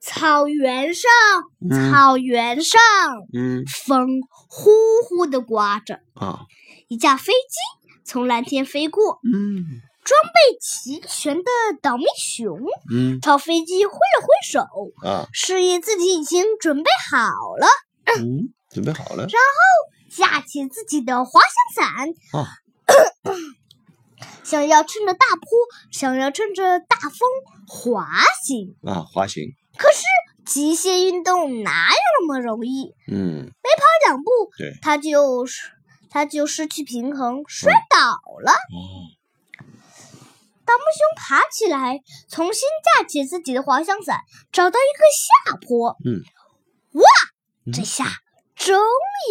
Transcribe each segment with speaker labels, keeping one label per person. Speaker 1: 草原上，
Speaker 2: 嗯
Speaker 1: 草原上，
Speaker 2: 嗯
Speaker 1: 风呼呼地刮着，
Speaker 2: 啊，
Speaker 1: 一架飞机从蓝天飞过，
Speaker 2: 嗯
Speaker 1: 被齐全的倒霉熊
Speaker 2: 嗯
Speaker 1: 朝飞机挥了挥手，
Speaker 2: 啊，
Speaker 1: 示意自己已经准备好了，
Speaker 2: 嗯，准备好了
Speaker 1: 架起自己的滑翔伞，
Speaker 2: 啊，
Speaker 1: 想要趁着大坡，想要趁着大风滑行。
Speaker 2: 啊，滑行，
Speaker 1: 可是极限运动哪有那么容易？
Speaker 2: 嗯
Speaker 1: 他两步
Speaker 2: 对，
Speaker 1: 他就失他就失去平衡，摔倒了。
Speaker 2: 哦，
Speaker 1: 大木熊爬起来，重新架起自己的滑翔伞，找到一个下坡。
Speaker 2: 嗯，
Speaker 1: 哇，
Speaker 2: 嗯
Speaker 1: 这下终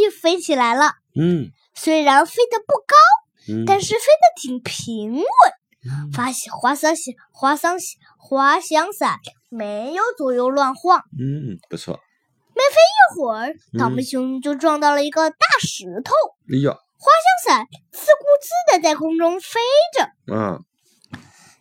Speaker 1: 于飞起来了。
Speaker 2: 嗯
Speaker 1: 虽然飞得不高，
Speaker 2: 嗯，
Speaker 1: 但是飞得挺平稳。滑滑翔伞滑翔滑翔伞没有左右乱晃。
Speaker 2: 嗯不错，
Speaker 1: 一会儿，
Speaker 2: 嗯
Speaker 1: 倒霉熊就撞到了一个大石头，
Speaker 2: 哎呀，
Speaker 1: 滑翔伞自顾自地在空中飞着。
Speaker 2: 啊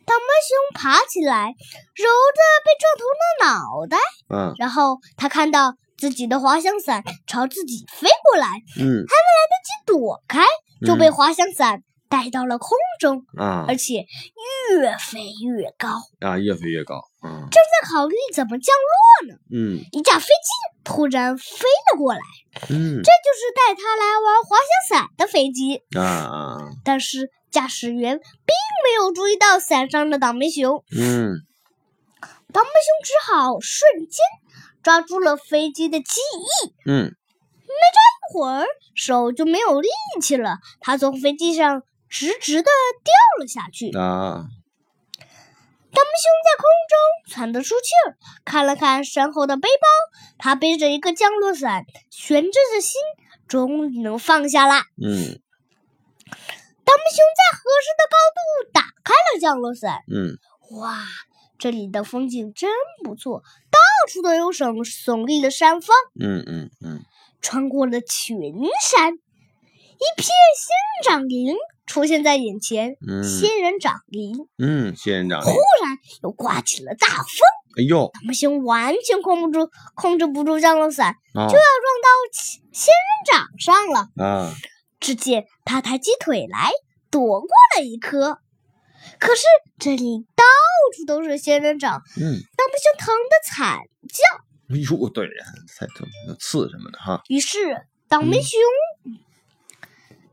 Speaker 1: 倒霉熊爬起来，揉着被撞疼的脑袋，
Speaker 2: 啊，
Speaker 1: 然后他看到自己的滑翔伞朝自己飞过来，
Speaker 2: 嗯
Speaker 1: 一躲开就被滑翔伞带到了空中，
Speaker 2: 啊
Speaker 1: 而且越飞越高。
Speaker 2: 啊，越飞越高，啊，
Speaker 1: 在考虑怎么降落，
Speaker 2: 嗯
Speaker 1: 一架飞机突然飞了过来，这
Speaker 2: 嗯
Speaker 1: 就是带他来玩滑翔伞的飞机。
Speaker 2: 啊啊，啊
Speaker 1: 但是驾驶员并没有注意到伞上的倒霉熊，
Speaker 2: 嗯
Speaker 1: 倒霉熊只好瞬间抓住了飞机的机翼，
Speaker 2: 嗯
Speaker 1: 一会儿手就没有力气了，他从飞机上直直的掉了下去。
Speaker 2: 啊，
Speaker 1: 倒霉熊在空中喘得出气儿，看了看身后的背包，他背着一个降落伞，悬着的心终于能放下啦。
Speaker 2: 嗯
Speaker 1: 倒霉熊在合适的高度打开了降落伞，
Speaker 2: 嗯
Speaker 1: 哇，这里的风景真不错，到处都有耸耸立的山峰。
Speaker 2: 嗯嗯嗯，
Speaker 1: 穿过了群山，一片仙人掌林出现在眼前。
Speaker 2: 嗯
Speaker 1: 仙人掌林忽
Speaker 2: 嗯，仙人掌林，
Speaker 1: 然又刮起了大风，
Speaker 2: 哎呦，
Speaker 1: 我们熊完全控不住，控制不住降落伞，
Speaker 2: 啊
Speaker 1: 仙仙人掌上了。
Speaker 2: 啊，
Speaker 1: 只见他抬起腿来，躲过了一颗。可是这里到处都是仙人掌，
Speaker 2: 嗯。
Speaker 1: 大木熊疼得惨叫。
Speaker 2: 哎呦，对呀，太疼，有刺什么的哈。
Speaker 1: 于是倒霉
Speaker 2: 嗯
Speaker 1: 熊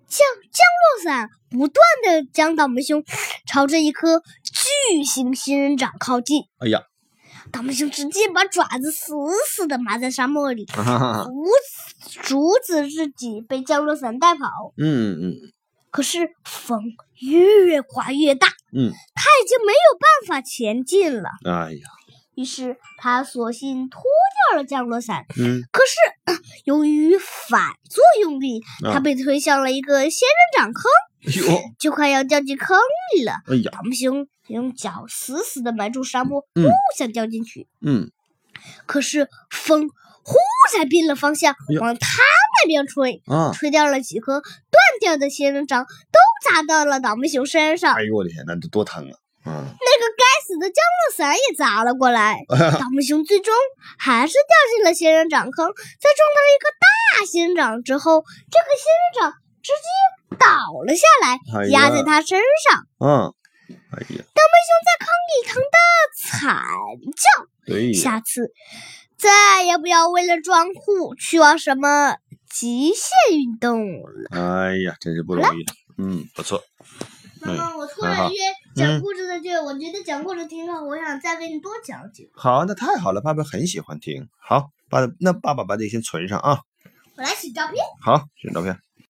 Speaker 1: 降降落伞不断的将倒霉熊朝着一颗巨型仙人掌靠近，
Speaker 2: 哎呀，
Speaker 1: 倒霉熊直接把爪子死死的埋在沙漠里，
Speaker 2: 哈哈哈，
Speaker 1: 阻止阻止自己被降落伞带跑。
Speaker 2: 嗯嗯
Speaker 1: 可是风越刮越大，
Speaker 2: 嗯，
Speaker 1: 它已经没有办法前进了。
Speaker 2: 哎呀，
Speaker 1: 于是它索性脱掉了降落伞，
Speaker 2: 嗯
Speaker 1: 可是、由于反作用力，
Speaker 2: 啊
Speaker 1: 它被推向了一个仙人掌坑，
Speaker 2: 哎呦，
Speaker 1: 就快要掉进坑里了。
Speaker 2: 哎呀，
Speaker 1: 倒霉熊用脚死死地埋住沙漠，
Speaker 2: 嗯
Speaker 1: 不想掉进去。
Speaker 2: 嗯
Speaker 1: 可是风忽然变了方向，
Speaker 2: 呀
Speaker 1: 往它那边吹，
Speaker 2: 啊，
Speaker 1: 吹掉了几颗断掉的仙人掌，都砸到了倒霉熊身上。
Speaker 2: 哎呦我的天，那这多疼啊！
Speaker 1: 那
Speaker 2: 啊，
Speaker 1: 个该死的降落伞也砸了过 来。倒霉熊最终还是掉进了仙人掌坑，在撞到了一个大仙人掌之后，这个仙人掌直接倒了下来，
Speaker 2: 哎呀
Speaker 1: 压在他身上。
Speaker 2: 啊，哎呀，
Speaker 1: 你疼得惨叫。
Speaker 2: 对哎呀，
Speaker 1: 下次再也不要为了装酷去玩什么极限运动了。
Speaker 2: 哎呀，真是不容易。嗯，不错。
Speaker 1: 妈妈，我突
Speaker 2: 很哎好
Speaker 1: 然约讲
Speaker 2: 嗯
Speaker 1: 故事的剧，我觉得讲故事挺好，我想再给你多讲几个。
Speaker 2: 好，那太好了，爸爸很喜欢听。好，爸，那爸爸把这先存上啊。
Speaker 1: 我来洗照片。
Speaker 2: 好，选照片。